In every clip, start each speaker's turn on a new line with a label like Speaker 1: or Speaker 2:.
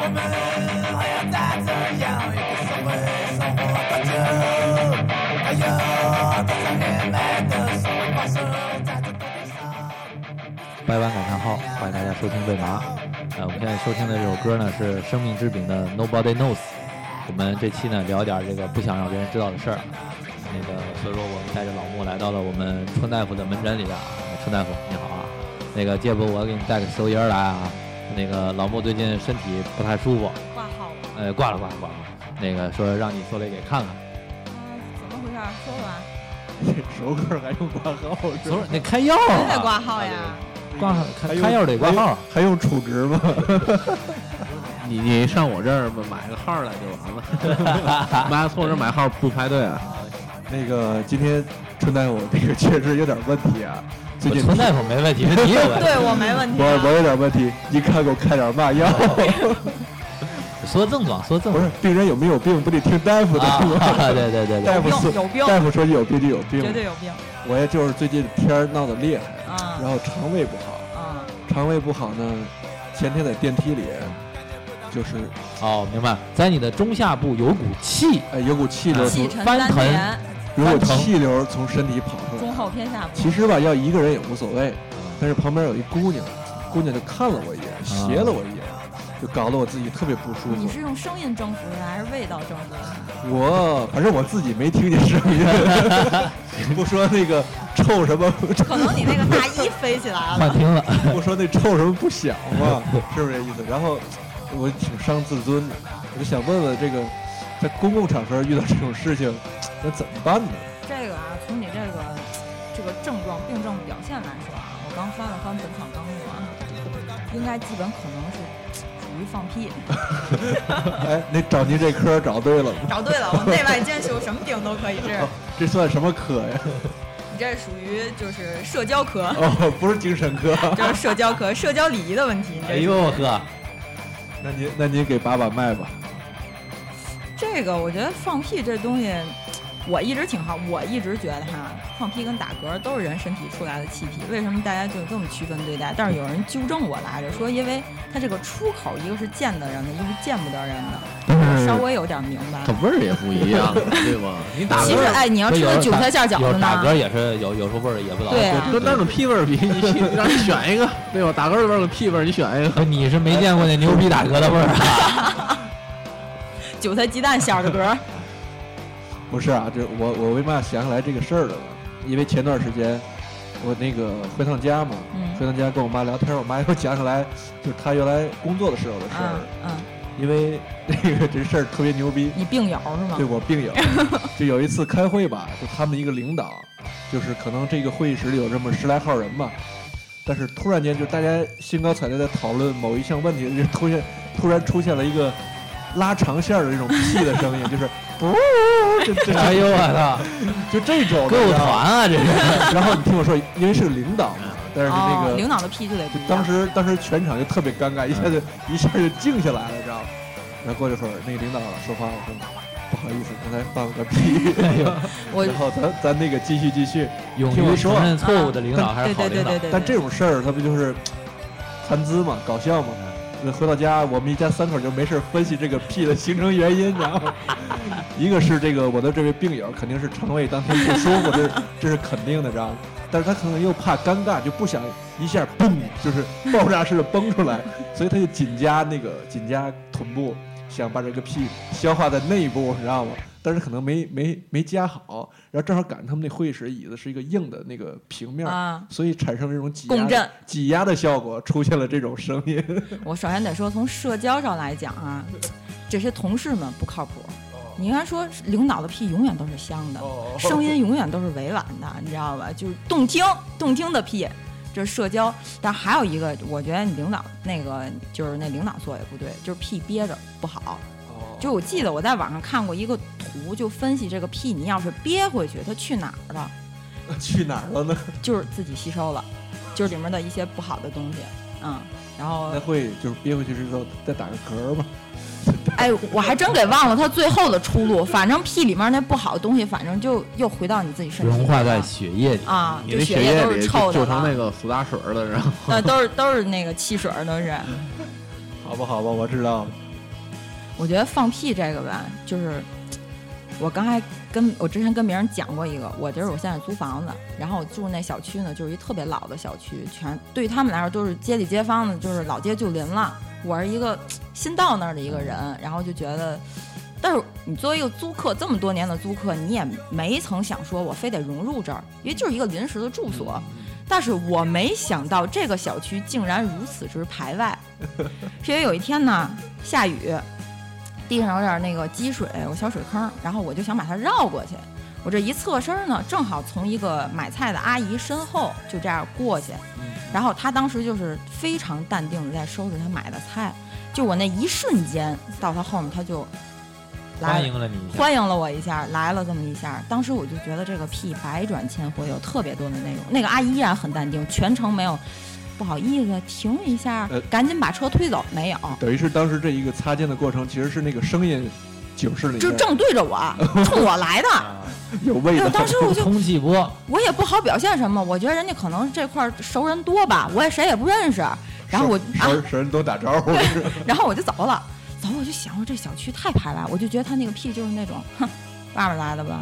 Speaker 1: 我们还要在这样一个社会生活多久？还有多少愚昧的生活方式在这土地上？
Speaker 2: 掰弯感叹号，欢迎大家收听为麻。呃，我们现在收听的这首歌呢是生命之饼的《Nobody Knows》。我们这期呢聊点这个不想让别人知道的事儿啊。那个，所以说我们带着老穆来到了我们春大夫的门诊里啊。春大夫你好啊，那个借不我给你带个手音儿来啊。那个老穆最近身体不太舒服，
Speaker 3: 挂号了。
Speaker 2: 呃，挂了挂了挂了。那个说让你过来给看看。
Speaker 3: 嗯，怎么回事儿？说吧，
Speaker 4: 首歌还用挂号是
Speaker 2: 不
Speaker 4: 吧？
Speaker 2: 是那开药
Speaker 3: 真得
Speaker 2: 啊，
Speaker 3: 挂号呀！
Speaker 2: 挂号开开药哎得挂号。
Speaker 4: 还用储值吗？ 你你上我这儿买个号来就完了， 妈从我这儿买号不排队啊。那个今天春大夫这个确实有点问题啊，最近
Speaker 2: 春大夫没问题，是你有 问题。
Speaker 3: 对我没问题
Speaker 4: 我我
Speaker 3: 啊。
Speaker 4: 有点问题，你看给我开点嘛 药？
Speaker 2: 说症状，说症
Speaker 4: 不是
Speaker 2: 状。
Speaker 4: 病人有没有病不得听大夫的
Speaker 2: 啊
Speaker 4: 是 吧？，
Speaker 2: 对对对对
Speaker 4: 大夫
Speaker 3: 有
Speaker 4: 说
Speaker 3: 病有病
Speaker 4: 大夫说你有病就有病
Speaker 3: 绝，对有病
Speaker 4: 我也就是最近天儿闹得厉害，然
Speaker 3: 啊
Speaker 4: 后肠胃不好，
Speaker 3: 啊！
Speaker 4: 肠胃不好呢，前天在电梯里就是
Speaker 2: 哦，明白，在你的中下部有股气，
Speaker 4: 哎，有股气流
Speaker 2: 啊
Speaker 3: 气
Speaker 4: 从，
Speaker 3: 沉
Speaker 2: 翻
Speaker 3: 丹
Speaker 2: 腾
Speaker 3: 田，
Speaker 4: 有股
Speaker 2: 翻腾
Speaker 4: 气流从身体跑出
Speaker 3: 中
Speaker 4: 来。
Speaker 3: 后偏下部。
Speaker 4: 其实吧，要一个人也无所谓，但是旁边有一姑娘，姑娘就看了我一眼，斜了我一眼，就搞得我自己特别不舒
Speaker 3: 你
Speaker 4: 服。
Speaker 3: 是用声音征服人，还是味道征服人？
Speaker 4: 我反正我自己没听见声音， 不说那个臭什么，
Speaker 3: 可能你那个大衣飞 起来
Speaker 2: 幻
Speaker 3: 了。
Speaker 2: 听了。
Speaker 4: 不说那臭什么不响嘛， 是不是这意思？然后我挺伤自尊的，我就想问问这个，在公共场合遇到这种事情，那怎么办呢？
Speaker 3: 这个啊，从你这个这个症状病症表现来说啊，我刚翻了翻本草纲目啊，应该基本可能是属于放屁。
Speaker 4: 哎，那找您这科找对了吗？
Speaker 3: 找对了，我内外兼修，什么病都可以治。
Speaker 4: 这算什么科呀？
Speaker 3: 你这属于就是社交科，
Speaker 4: 哦，不是精神科。
Speaker 3: 这是社交科，社交礼仪的问题。你这
Speaker 2: 哎
Speaker 3: 是
Speaker 2: 呦呵，
Speaker 4: 那您那您给把把脉吧。
Speaker 3: 这个我觉得放屁这东西，我一直挺好，我一直觉得哈，放屁跟打嗝都是人身体出来的气体，为什么大家就这么区分对待？但是有人纠正我来着，说因为它这个出口一个是见得人的，一个是见不得人的，
Speaker 2: 嗯
Speaker 3: 我稍微有点明白。
Speaker 5: 味儿也不一 样，对吧？你打
Speaker 3: 其实哎，你要吃的韭菜馅饺
Speaker 2: 有
Speaker 3: 子
Speaker 2: 打嗝
Speaker 3: 呢？
Speaker 2: 也是有，有时候味儿也不老。
Speaker 3: 对啊
Speaker 5: 跟那种屁味儿比，你你让你选一个，对吧？打嗝的味儿跟屁味儿，你选一个。
Speaker 2: 对 你是没见过那牛逼打嗝的味儿啊！
Speaker 3: 韭菜鸡蛋馅 的嗝，
Speaker 4: 不是啊，这我我为嘛想起来这个事儿了呢？因为前段时间我那个回趟家嘛，
Speaker 3: 嗯
Speaker 4: 回趟家跟我妈聊天，我妈又讲起来就是她原来工作的时候的事儿
Speaker 3: 嗯，嗯，
Speaker 4: 因为那个这事儿特别牛逼。
Speaker 3: 你病友是吗
Speaker 4: 对？我病友，就有一次开会吧，就他们一个领导，就是可能这个会议室里有这么十来号人吧，但是突然间就大家兴高采烈的讨论某一项问题，就突现突然出现了一个拉长线儿的这种屁的 声音，就是不，就 就
Speaker 2: 哎呦我 操，
Speaker 4: 就这种
Speaker 2: 歌舞团。啊，这是。
Speaker 4: 你知道吗然后你听我说，因为是个领导嘛，但是那
Speaker 3: 哦
Speaker 4: 个、，
Speaker 3: 领导嗯的屁就得不
Speaker 4: 就
Speaker 3: 一样
Speaker 4: 当时当时全场就特别尴尬，一下就一下就静下来了，你知道吗？然后过了一会儿，那个领导说话，我说不好意思，刚才放了个屁。
Speaker 3: 我
Speaker 4: 然后咱咱那个继续继续，
Speaker 2: 勇
Speaker 4: 听
Speaker 2: 于
Speaker 4: 我说
Speaker 2: 承认错误的领导还
Speaker 3: 对
Speaker 2: 是好
Speaker 3: 嗯对对
Speaker 2: 领导
Speaker 3: 对。对，
Speaker 4: 但这种事儿他不就是谈资嘛，搞笑嘛？那回到家，我们一家三口就没事儿分析这个屁的形成原因，你知 道吗？一个是这个我的这位病友肯定是肠胃当天不舒服，这是这是肯定的，知道吗？但是他可能又怕尴尬，就不想一下嘣就是爆炸式的崩出来，所以他就紧夹那个紧夹臀部，想把这个屁消化在内部，你知道吗？但是可能没没没夹好，然后正好赶上他们那会议室椅子是一个硬的那个平面儿，
Speaker 3: 啊。
Speaker 4: 所以产生这种挤
Speaker 3: 共
Speaker 4: 压
Speaker 3: 振
Speaker 4: 的挤压的效果，出现了这种声音。
Speaker 3: 我首先得说，从社交上来讲啊，这些同事们不靠谱。你应该说，领导的屁永远都是香
Speaker 4: 哦
Speaker 3: 的，声音永远都是委婉的，你知道吧？就是动听，动听的屁，这是社交。但还有一个，我觉得你领导那个就是那领导做也不对，就是屁憋着不好。
Speaker 4: 哦
Speaker 3: 就我记得我在网上看过一个图，就分析这个屁，你要是憋回去，它去哪儿了？
Speaker 4: 去哪儿了呢？
Speaker 3: 就是自己吸收了，就是里面的一些不好的东西，嗯。然后
Speaker 4: 那会就是憋回去之后再打个嗝嘛。
Speaker 3: 哎，我还真给忘了他最后的出路。反正屁里面那不好的东西，反正就又回到你自己身体里
Speaker 2: 融化在
Speaker 3: 了
Speaker 2: 血液里，
Speaker 3: 啊，
Speaker 5: 你
Speaker 3: 就
Speaker 5: 那
Speaker 3: 血
Speaker 5: 液
Speaker 3: 都
Speaker 5: 里
Speaker 3: 是
Speaker 5: 就
Speaker 3: 臭的
Speaker 5: 就成那
Speaker 3: 了，啊呃
Speaker 5: 个苏 打水儿了，然后
Speaker 3: 那都是都是那个汽水儿，都是。
Speaker 4: 好吧，好吧，我知道了。
Speaker 3: 我觉得放屁这个吧，就是我刚才跟我之前跟别人讲过一个，我就是我现在租房子，然后我住那小区呢，就是一特别老的小区，全对于他们来说都是街里街坊的，就是老街旧邻了。我是一个新到那儿的一个人，然后就觉得，但是你作为一个租客，这么多年的租客，你也没曾想说我非得融入这儿，因为就是一个临时的住所。但是我没想到这个小区竟然如此之排外，是因为有一天呢下雨，地上有点那个积水，有小水坑，然后我就想把它绕过去。我这一侧身呢，正好从一个买菜的阿姨身后就这样过去，然后她当时就是非常淡定的在收拾她买的菜，就我那一瞬间到她后面，她就来
Speaker 2: 欢
Speaker 3: 了
Speaker 2: 迎了你一下，
Speaker 3: 欢迎了我一下，来了这么一下，当时我就觉得这个屁百转千回，有特别多的内容。那个阿姨依然很淡定，全程没有不好意思停一下
Speaker 4: 呃，
Speaker 3: 赶紧把车推走，没有，
Speaker 4: 等于是当时这一个擦肩的过程，其实是那个声音警示了一
Speaker 3: 就
Speaker 4: 下，
Speaker 3: 正对着我，冲我来的。
Speaker 2: 啊
Speaker 4: 有味
Speaker 3: 哎呦，
Speaker 4: 道。
Speaker 3: 当时我就
Speaker 2: 空气波，
Speaker 3: 我也不好表现什么，我觉得人家可能这块儿熟人多吧，我也谁也不认识。然后我啊
Speaker 4: 熟，人熟人多 打招呼，
Speaker 3: 然后我就走了，走我就想，我这小区太排外，我就觉得他那个屁就是那种，哼，外面来的吧。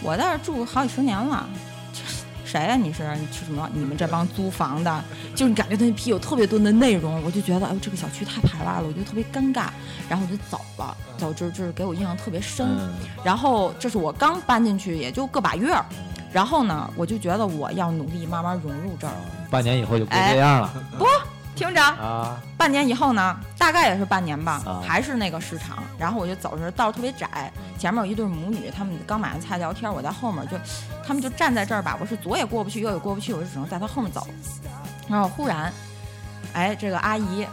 Speaker 3: 我在这儿住好几十年了，这谁呀、你是你吃什么？你们这帮租房的，就是你感觉他那屁有特别多的内容，我就觉得哎呦这个小区太排外了，我就特别尴尬，然后我就走了，走这这给我印象特别深。
Speaker 2: 嗯，
Speaker 3: 然后这是我刚搬进去也就个把月儿，然后呢我就觉得我要努力慢慢融入这儿。啊哎
Speaker 2: 半年以后就不这样了
Speaker 3: 听着，
Speaker 2: 啊，
Speaker 3: 半年以后呢，大概也是半年吧，
Speaker 2: 啊
Speaker 3: 还是那个市场。然后我就走着道儿特别窄，前面有一对母女，她们刚买完菜聊天，我在后面就，她们就站在这儿吧，我是左也过不去，右也过不去，我就只能在她后面走。然后忽然，哎，这个阿姨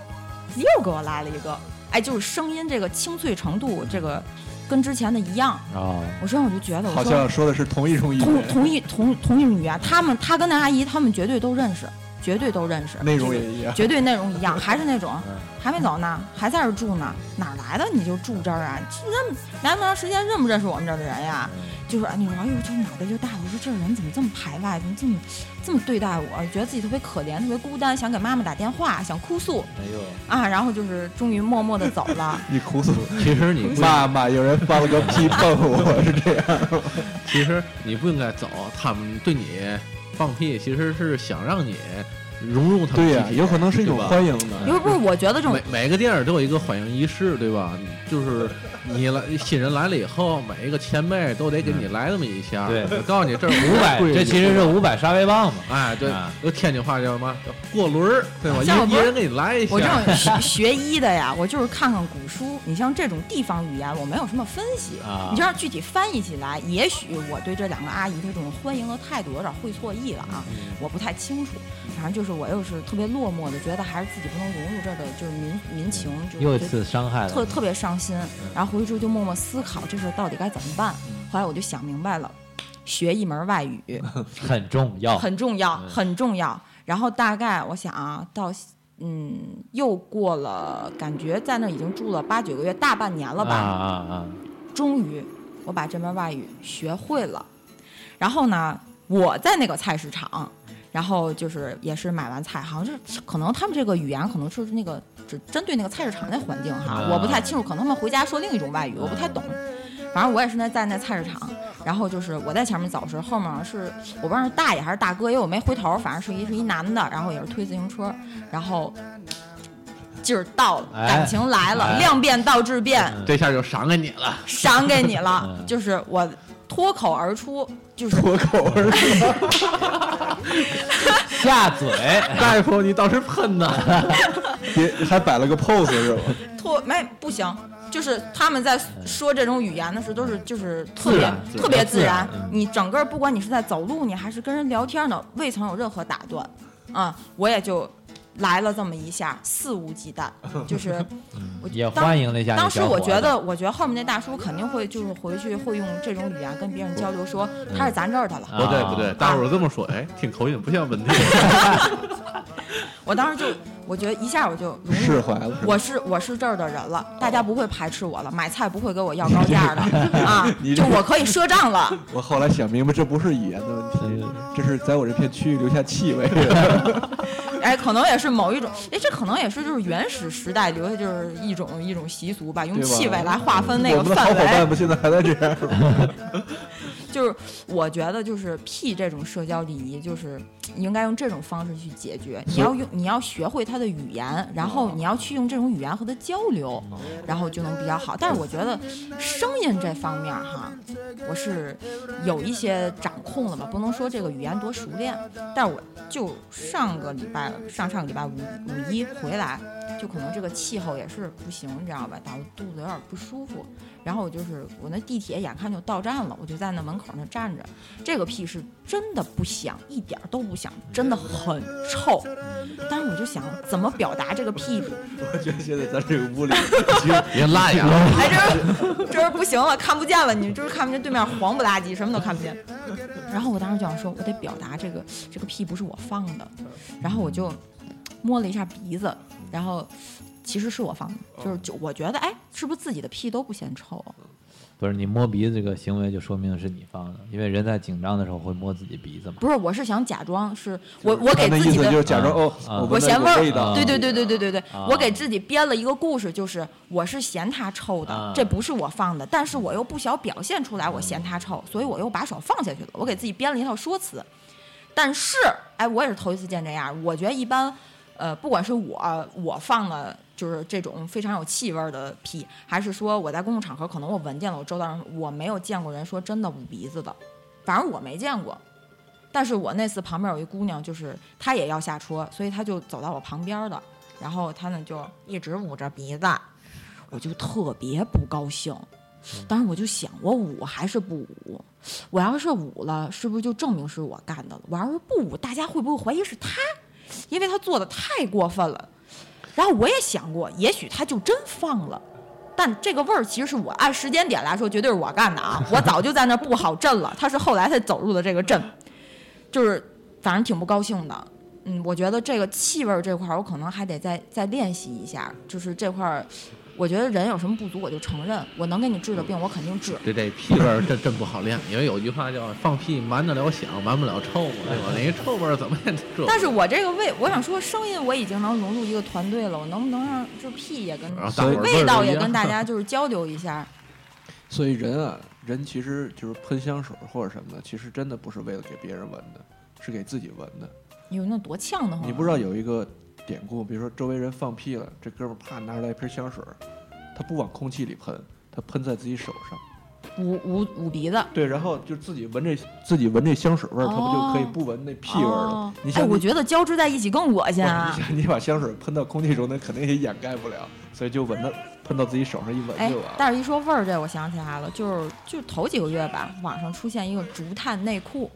Speaker 3: 又给我来了一个，哎，就是声音这个清脆程度，这个跟之前的一样。
Speaker 2: 哦，
Speaker 3: 我身上我就觉得，我
Speaker 4: 好
Speaker 3: 说
Speaker 4: 像说的是同一种语
Speaker 3: 同
Speaker 4: 言，
Speaker 3: 同一同同一种语言，他们她跟那阿姨，他们绝对都认识，绝对都认识，
Speaker 4: 内容
Speaker 3: 这个
Speaker 4: 也一样。
Speaker 3: 绝对内容一样，还是那种
Speaker 2: 嗯
Speaker 3: 还没走呢，还在这儿住呢，哪儿来的你就住这儿啊？这认来那么长时间认不认识我们这儿的人呀？就是哎，你说哎呦，这脑袋就大，我说这人怎么这么排外，怎么这么这么对待我？觉得自己特别可怜，特别孤单，想给妈妈打电话，想哭诉
Speaker 2: 哎呦，
Speaker 3: 啊，然后就是终于默默的走了。
Speaker 4: 你哭诉，
Speaker 5: 其实你不，
Speaker 4: 妈妈，有人放了个屁蹦我，是这样。
Speaker 5: 其实你不应该走，他们对你放屁，其实是想让你融入他们
Speaker 4: 对
Speaker 5: 集体。
Speaker 4: 呀，有可能是一种
Speaker 5: 对吧
Speaker 4: 欢迎的。
Speaker 3: 因为不是，我觉得这种
Speaker 5: 每每个电影都有一个欢迎仪式，对吧？你就是你来新人来了以后，每一个前辈都得给你来那么一下。
Speaker 2: 对
Speaker 5: 我告诉你，这
Speaker 2: 五百，这其实是五百沙威棒嘛，
Speaker 5: 哎，对
Speaker 2: 啊，
Speaker 5: 有天津话叫什么？叫过轮儿，对吧？
Speaker 3: 像我
Speaker 5: 一
Speaker 3: 不
Speaker 5: 一
Speaker 3: 是
Speaker 5: 人给你来一
Speaker 3: 我这
Speaker 5: 下。
Speaker 3: 种学学医的呀，我就是看看古书。你像这种地方语言，我没有什么分析
Speaker 2: 啊
Speaker 3: 你就让具体翻译起来，也许我对这两个阿姨的这种欢迎的态度有点会错意了啊，
Speaker 2: 嗯
Speaker 3: 我不太清楚。反正就是我又是特别落寞的，觉得还是自己不能融入这儿的，就是民民情，就是
Speaker 2: 嗯又一
Speaker 3: 觉得
Speaker 2: 次伤害
Speaker 3: 特
Speaker 2: 了，嗯
Speaker 3: 特别伤心。然后回去之后就默默思考这事儿到底该怎么办。后来我就想明白了，学一门外语
Speaker 2: 很重要，
Speaker 3: 很重要，
Speaker 2: 嗯
Speaker 3: 很重要。然后大概我想啊，到嗯，又过了，感觉在那儿已经住了八九个月，大半年了吧。
Speaker 2: 啊啊啊！
Speaker 3: 终于，我把这门外语学会了。然后呢，我在那个菜市场，然后就是也是买完菜，好像是可能他们这个语言可能是那个只针对那个菜市场那环境哈，
Speaker 2: 啊
Speaker 3: 我不太清楚，可能他们回家说另一种外语，我不太懂。反正我也是那在那菜市场，然后就是我在前面走时，后面是我不知道是大爷还是大哥，因为我没回头，反正是一是一男的，然后也是推自行车，然后劲儿到了，
Speaker 2: 哎
Speaker 3: 感情来了，
Speaker 2: 哎
Speaker 3: 量变到质变，
Speaker 2: 嗯
Speaker 5: 这下就赏给你
Speaker 3: 啊
Speaker 5: 了，
Speaker 3: 赏给你了
Speaker 2: 嗯，
Speaker 3: 就是我脱口而出，就是
Speaker 4: 脱口而出，
Speaker 2: 下嘴，
Speaker 5: 大夫，你倒是喷呐！
Speaker 3: 啊
Speaker 4: 别还摆了个 pose 是吧？
Speaker 3: 脱没不行，就是他们在说这种语言的时候都是就是特
Speaker 5: 自
Speaker 3: 别
Speaker 5: 然自然
Speaker 3: 特别
Speaker 5: 自
Speaker 3: 自然
Speaker 5: 然
Speaker 2: 嗯，
Speaker 3: 你整个不管你是在走路，你还是跟人聊天呢，未曾有任何打断，啊，我也就来了这么一下，肆无忌惮，就是我
Speaker 2: 也
Speaker 3: 当
Speaker 2: 欢迎了一下。
Speaker 3: 当时我觉得，我觉得后面那大叔肯定会就是回去会用这种语言跟别人交流，说他是咱这儿的了，
Speaker 2: 啊
Speaker 5: 不对不对，大伙儿这么说，哎，听口音不像本地人。
Speaker 3: 我当时就，我觉得一下我就融入
Speaker 4: 释怀了。
Speaker 3: 我是我是这儿的人了，大家不会排斥我了，买菜不会跟我要高价 的啊
Speaker 4: 你，这
Speaker 3: 就我可以赊账了。
Speaker 4: 我后来想明白，这不是语言的问题，这是在我这片区域留下气味。
Speaker 3: 哎，可能也是某一种，哎，这可能也是就是原始时代留下就是一种一种习俗吧，用
Speaker 4: 对吧
Speaker 3: 气味来划分 那
Speaker 4: 我
Speaker 3: 个
Speaker 4: 们的好
Speaker 3: 范
Speaker 4: 伙伴
Speaker 3: 围。
Speaker 4: 们现在还在这样吗？
Speaker 3: 就是我觉得就是 P 这种社交礼仪，就是你应该用这种方式去解决。你
Speaker 4: 所以
Speaker 3: 要用你要学会他的语言，然后你要去用这种语言和他交流，
Speaker 4: 哦
Speaker 3: 然后就能比较好。但是我觉得声音这方面儿哈，我是有一些掌控了吧，不能说这个语言多熟练，但是我就上个礼拜上上个礼拜五五一回来，就可能这个气候也是不行，你知道吧？导致肚子有点不舒服。然后我就是我那地铁眼看就到站了，我就在那门口那站着，这个屁是真的不响，一点儿都不响，真的很臭。但是我就想怎么表达这个屁，
Speaker 4: 我觉得现在咱这个屋里已经
Speaker 5: 别烂呀！
Speaker 3: 哎，这这不行了，看不见了，你就是看不见对面黄不拉几，什么都看不见。然后我当时就想说，我得表达这个这个屁不是我放的，然后我就摸了一下鼻子，然后其实是我放的，就是就我觉得哎，是不是自己的屁都不嫌臭啊？
Speaker 2: 不是你摸鼻子这个行为就说明是你放的，因为人在紧张的时候会摸自己鼻子嘛。
Speaker 3: 不是，我是想假装是我 我给
Speaker 4: 他那
Speaker 3: 自
Speaker 4: 意
Speaker 3: 己
Speaker 4: 思
Speaker 3: 的
Speaker 4: 就是假装哦，
Speaker 2: 啊
Speaker 3: 我
Speaker 4: 我闻到
Speaker 3: 嫌
Speaker 4: 一
Speaker 3: 味
Speaker 4: 股
Speaker 3: 儿
Speaker 4: 味道，
Speaker 3: 对对对对对对对，
Speaker 2: 啊
Speaker 3: 我给自己编了一个故事，就是我是嫌它臭的，
Speaker 2: 啊
Speaker 3: 这不是我放的，但是我又不想表现出来我嫌它臭，所以我又把手放下去了，我给自己编了一套说辞。但是，哎，我也是头一次见这样，我觉得一般，呃，不管是我我放了。就是这种非常有气味儿的屁，还是说我在公共场合可能我闻见了，我周遭人我没有见过人说真的捂鼻子的，反正我没见过。但是我那次旁边有一姑娘，就是她也要下车，所以她就走到我旁边的，然后她呢就一直捂着鼻子，我就特别不高兴。当时我就想，我捂还是不捂？我要是捂了，是不是就证明是我干的了？我要是不捂，大家会不会怀疑是她？因为她做的太过分了。然后我也想过，也许她就真放了。但这个味儿其实是我按时间点来说，绝对是我干的啊！我早就在那儿布好阵了，她是后来才走入的这个阵。就是反正挺不高兴的。嗯，我觉得这个气味儿这块儿，我可能还得再再练习一下。就是这块儿，我觉得人有什么不足，我就承认。我能给你治的病，我肯定治。
Speaker 5: 这这屁味儿真真不好练，因为有句话叫“放屁瞒得了响，瞒不了臭”嘛，对 吧？那臭味儿怎么也得这。
Speaker 3: 但是我这个味，我想说，声音我已经能融入一个团队了，我能不能让就是屁也跟
Speaker 5: 然啊后大伙儿
Speaker 3: 味
Speaker 5: 儿
Speaker 3: 道
Speaker 5: 都一
Speaker 3: 也
Speaker 5: 样
Speaker 3: 跟大 家就是交流一下？
Speaker 4: 所以人啊，人其实就是喷香水或者什么的，其实真的不是为了给别人闻的，是给自己闻的。
Speaker 3: 有那多呛得慌！
Speaker 4: 你不知道有一个典故，比如说周围人放屁了，这哥们儿啪拿出来一瓶香水儿，他不往空气里喷，他喷在自己手上。
Speaker 3: 捂捂捂鼻子。
Speaker 4: 对，然后就自己闻这自己闻这香水味儿，他不就可以
Speaker 3: 哦
Speaker 4: 不闻那屁味儿了？
Speaker 3: 哦
Speaker 4: 你
Speaker 3: 哎，
Speaker 4: 想你，哦
Speaker 3: 我觉得交织在一起更恶心啊
Speaker 4: 你！想你把香水喷到空气中，那肯定也掩盖不了，所以就闻到喷到自己手上一闻
Speaker 3: 哎
Speaker 4: 就完，了。
Speaker 3: 但是一说味儿这，我想起来了，就是就头几个月吧，网上出现一个竹炭内裤。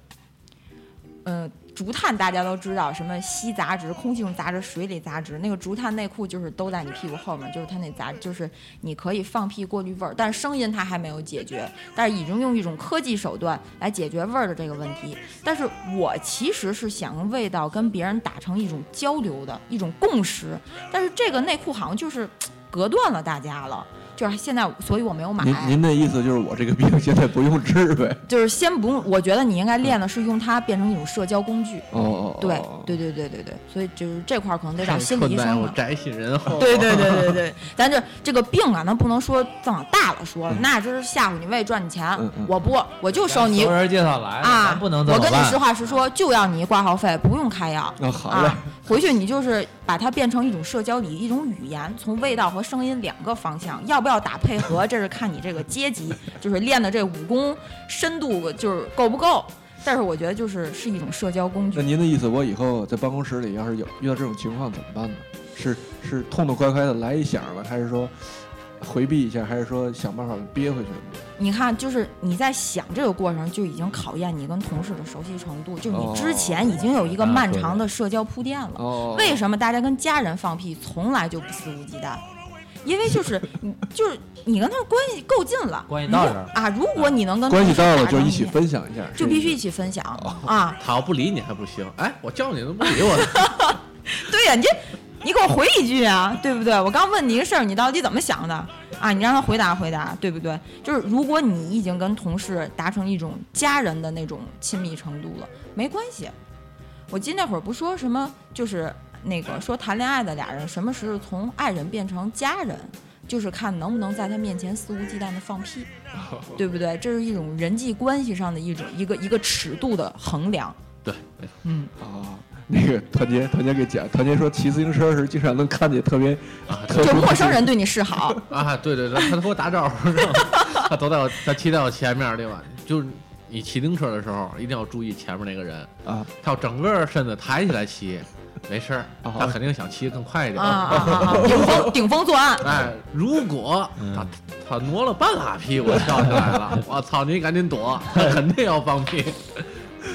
Speaker 3: 嗯、竹炭大家都知道，什么吸杂质、空气中杂质、水里杂质，那个竹炭内裤就是都在你屁股后面，就是它那杂，就是你可以放屁过滤味儿，但是声音它还没有解决，但是已经用一种科技手段来解决味儿的这个问题。但是我其实是想用味道跟别人达成一种交流的一种共识，但是这个内裤好像就是隔断了大家了，就是现在，所以我没有买。
Speaker 4: 您您的意思就是我这个病现在不用治呗？
Speaker 3: 就是先不用，我觉得你应该练的是用它变成一种社交工具。
Speaker 4: 哦哦，
Speaker 3: 对对对对对对，所以就是这块儿可能得找心理
Speaker 5: 困
Speaker 3: 医
Speaker 5: 难
Speaker 3: 生
Speaker 5: 我
Speaker 3: 了。
Speaker 5: 宅心仁厚。
Speaker 3: 对对对对对，咱这这个病啊，咱不能说再往大了说，那真是吓唬你为赚你钱。
Speaker 4: 嗯嗯
Speaker 3: 我不，我就收你
Speaker 2: 熟人介绍来的
Speaker 3: 啊
Speaker 2: 咱，不能这
Speaker 3: 我
Speaker 2: 么
Speaker 3: 跟你
Speaker 2: 办
Speaker 3: 实话实说，就要你挂号费，不用开药。
Speaker 4: 那、好嘞，
Speaker 3: 啊，回去你就是把它变成一种社交礼仪，一种语言，从味道和声音两个方向，要不要打配合，这是看你这个阶级，就是练的这武功深度就是够不够。但是我觉得就是是一种社交工
Speaker 4: 那
Speaker 3: 具，
Speaker 4: 您的意思，我以后在办公室里要是有遇到这种情况怎么办呢？是是痛痛快快的来一响呢，还是说回避一下，还是说想办法憋回去呢？
Speaker 3: 你看，就是你在想这个过程就已经考验你跟同事的熟悉程度，就是你之前已经有一个漫长的社交铺垫了。
Speaker 4: 哦，
Speaker 3: 为什么大家跟家人放屁从来就不肆无忌惮？因为 就是你就是你跟他关系够近了，
Speaker 2: 关系到这儿
Speaker 3: 如啊，如果你能跟
Speaker 4: 关系
Speaker 3: 同事
Speaker 4: 到了
Speaker 3: 打
Speaker 4: 就
Speaker 3: 成
Speaker 4: 一起
Speaker 3: 面
Speaker 4: 分享一下，
Speaker 3: 就是必
Speaker 4: 不
Speaker 3: 须
Speaker 4: 是哦
Speaker 3: 一起分享啊！
Speaker 5: 他要不理你还不行，哎，我叫你都不理我，
Speaker 3: 对呀、你这你给我回一句啊，对不对？我刚问你一个事儿，你到底怎么想的啊？你让他回答回答，对不对？就是如果你已经跟同事达成一种家人的那种亲密程度了，没关系。我记得那会儿不说什么，就是那个说谈恋爱的俩人什么时候从爱人变成家人，就是看能不能在他面前肆无忌惮的放 屁，对不对？这是一种人际关系上的一种一个一个尺度的衡量。
Speaker 5: 对，
Speaker 3: 嗯，
Speaker 4: 啊，那个团结，团结给讲，团结说骑自行车时经常能看见特别
Speaker 5: 啊
Speaker 4: 特
Speaker 3: 就
Speaker 4: 殊
Speaker 3: 陌生人对你示好，
Speaker 5: 啊，对对对，他都给我打招呼，是吧他走在我他骑在我前面，对吧？就是你骑自行车的时候，一定要注意前面那个人，
Speaker 4: 啊，
Speaker 5: 他要整个身子抬起来骑，没事儿，
Speaker 4: 啊
Speaker 5: 他肯定想骑得更快一点。
Speaker 3: 啊啊啊啊！顶 风顶风作案，
Speaker 5: 哎，如果
Speaker 4: 嗯
Speaker 5: 他他挪了半拉屁股跳起来了，我操，你赶紧躲，他肯定要放屁。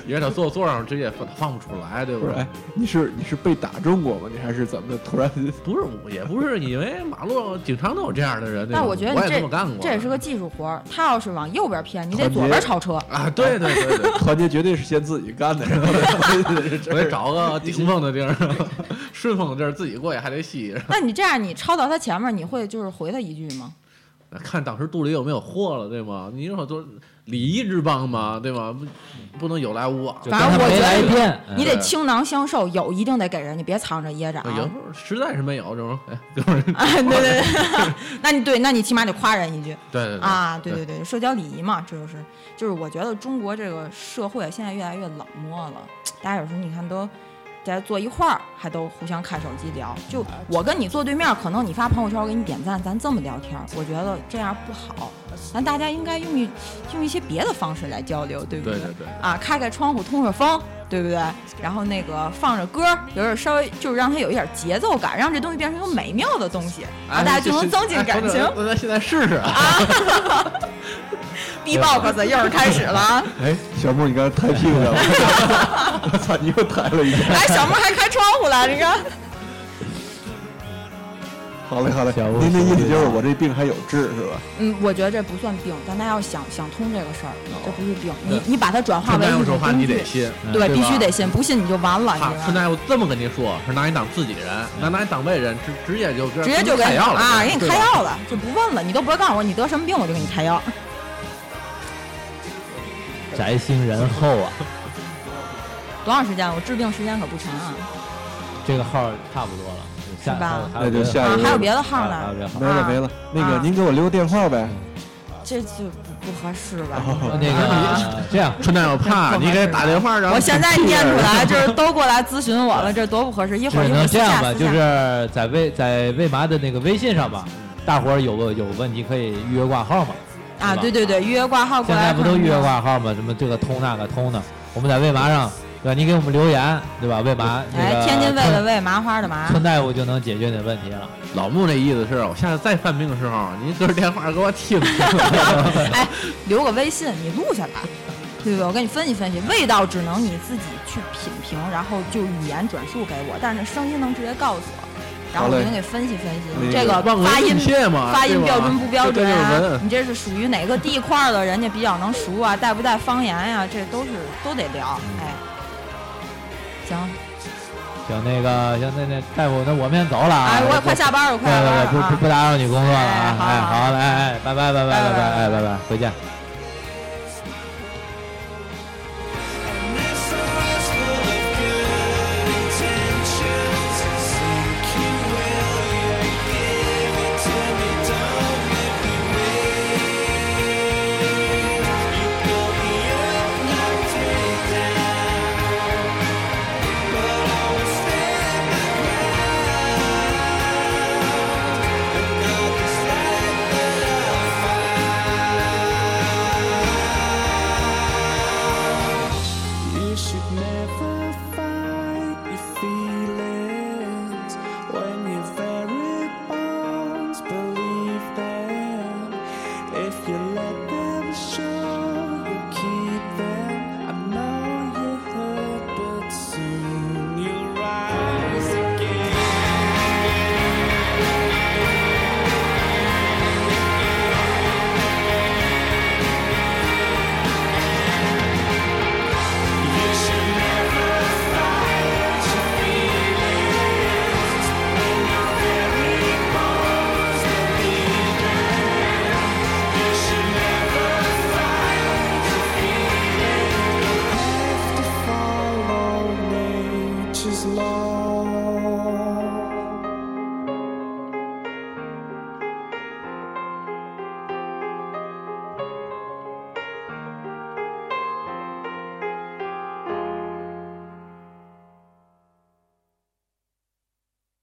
Speaker 5: 因为他坐座上直接放他放不出来，对
Speaker 4: 不
Speaker 5: 不
Speaker 4: 是？
Speaker 5: 对
Speaker 4: 哎？，你是你是被打中过吗？你还是怎么的？突然
Speaker 5: 不是，我也不是，因为马路经常都有这样的人。对吧
Speaker 3: 但我觉得
Speaker 5: 我
Speaker 3: 你
Speaker 5: 也这么
Speaker 3: 这
Speaker 5: 干过，
Speaker 3: 这也是个技术活儿。他要是往右边偏，你得
Speaker 4: 团结
Speaker 3: 左边超车。
Speaker 5: 啊，对对对对，
Speaker 4: 团结绝对是先自己干的，然后
Speaker 5: 我得找个顶风的地儿， 顺风的地儿自己过去还得吸。
Speaker 3: 那你这样，你超到他前面，你会就是回他一句吗？
Speaker 5: 看当时肚里有没有货了，对吗？你说都礼仪之邦嘛，对吗？不不能有来无往。
Speaker 2: 就
Speaker 3: 反
Speaker 2: 刚才
Speaker 3: 正我
Speaker 2: 没
Speaker 3: 觉得
Speaker 2: 来
Speaker 3: 你
Speaker 2: 电，嗯
Speaker 3: 你得
Speaker 5: 对
Speaker 3: 倾囊相授，有一定得给人，你别藏着掖着
Speaker 5: 有时
Speaker 3: 啊。
Speaker 5: 候哎实在是没有这种，哎，哥们儿，
Speaker 3: 啊， 对对对， 那你对，那你起码得夸人一句
Speaker 5: 对对对
Speaker 3: 啊，对
Speaker 5: 对
Speaker 3: 对对，社交礼仪嘛，这就是就是我觉得中国这个社会现在越来越冷漠了，大家有时候你看都。大家坐一块儿，还都互相看手机聊。就
Speaker 5: 啊
Speaker 3: 我跟你坐对面，可能你发朋友圈，我给你点赞，咱这么聊天儿，我觉得这样不好。咱大家应该用一用一些别的方式来交流，对不
Speaker 5: 对对对，
Speaker 3: 啊，开开窗户通通风，对不对？然后那个放着歌，有点稍微就是让它有一点节奏感，让这东西变成一个美妙的东西，然
Speaker 5: 哎
Speaker 3: 啊后大家就能增进感情。
Speaker 5: 那咱现在试试啊！
Speaker 3: B-box 又是开始了啊，
Speaker 4: 哎， 小木，你刚才抬屁股去了， 我操，你又抬了一下。
Speaker 3: 哎，小妹还开窗户了，这个
Speaker 4: 好嘞，好嘞
Speaker 2: 小木，
Speaker 4: 您的意思就是我这病还有治是吧？
Speaker 3: 嗯，我觉得这不算病，咱大家要想想通这个事儿，这不是病，你你把它转化为
Speaker 5: 大夫
Speaker 3: 一
Speaker 5: 说
Speaker 3: 种
Speaker 5: 话
Speaker 3: 工
Speaker 5: 你
Speaker 3: 具
Speaker 5: 得，信，
Speaker 3: 对，
Speaker 5: 吧
Speaker 3: 必须得信，不信你就完了，
Speaker 5: 他
Speaker 3: 你
Speaker 5: 顺
Speaker 3: 知道吗
Speaker 5: 大夫这么跟你说，是拿你当自己人，拿拿你当外人，直直接就
Speaker 3: 嗯直接就给
Speaker 5: 开
Speaker 3: 你
Speaker 5: 药了
Speaker 3: 啊，给你
Speaker 5: 对
Speaker 3: 开
Speaker 5: 吧
Speaker 3: 药了，就不问了，你都不会告诉我你得什么病，我就给你开药。
Speaker 2: 宅心仁厚啊，
Speaker 3: 多长时间？我治病时间可不长啊。
Speaker 2: 这个号儿差不多了，下
Speaker 3: 是吧
Speaker 2: 还有
Speaker 4: 那就下
Speaker 3: 啊
Speaker 4: 一，个
Speaker 3: 还有别的号
Speaker 2: 还有
Speaker 3: 呢
Speaker 2: 别？的号
Speaker 4: 没了
Speaker 3: 啊
Speaker 4: 没了，那个
Speaker 3: 啊
Speaker 4: 您给我留个电话呗。
Speaker 3: 这就不不合适吧？
Speaker 2: 那个呃这样，
Speaker 5: 春大夫 怕你给他打电话，然后
Speaker 3: 我现在念出来就是都过来咨询我了，这多不合适！一
Speaker 2: 只
Speaker 3: 会儿一会
Speaker 2: 能
Speaker 3: 儿
Speaker 2: 这
Speaker 3: 私
Speaker 2: 样
Speaker 3: 下
Speaker 2: 吧，
Speaker 3: 私
Speaker 2: 就
Speaker 3: 下。
Speaker 2: 是在魏在魏麻的那个微信上吧，大伙儿有个有问题可以预约挂号嘛。
Speaker 3: 啊，
Speaker 2: 是吧
Speaker 3: 对对对，预约挂号过
Speaker 2: 现在
Speaker 3: 来看看。
Speaker 2: 不都预约挂号吗？什么这个通那个通的，我们在魏麻上，对吧？你给我们留言，对吧？魏麻那
Speaker 3: 哎，
Speaker 2: 个
Speaker 3: 天津喂了
Speaker 2: 村
Speaker 3: 喂麻花的麻，
Speaker 2: 村大夫就能解决你的问题了。
Speaker 5: 老穆那意思是，我下次再犯病的时候，您搁这电话给我听听。
Speaker 3: 哎，留个微信，你录下来，对不对？我给你分析分析，味道只能你自己去品评，然后就语言转述给我，但是声音能直接告诉我，然后
Speaker 4: 好
Speaker 3: 我
Speaker 4: 嘞
Speaker 3: 就能给分析分析
Speaker 4: 嗯
Speaker 3: 这个
Speaker 5: 望闻
Speaker 3: 发音
Speaker 5: 问切嘛，
Speaker 3: 发音
Speaker 5: 对吧
Speaker 3: 标准不标准
Speaker 5: 这就是
Speaker 3: 啊
Speaker 5: 文？
Speaker 3: 你这是属于哪个地块儿的？人家比较能熟啊，带不带方言呀、这都是都得聊。哎，行，
Speaker 2: 行，那个行，那那大夫，那我们先走了啊。
Speaker 3: 哎，我也快下班了，我
Speaker 2: 对
Speaker 3: 快下班
Speaker 2: 对对，
Speaker 3: 了
Speaker 2: 不不
Speaker 3: 啊！
Speaker 2: 不打扰你工作了啊！
Speaker 3: 哎好
Speaker 2: 哎，
Speaker 3: 好
Speaker 2: 好嘞，哎，拜拜拜拜拜拜，哎，拜拜，回见。
Speaker 3: 拜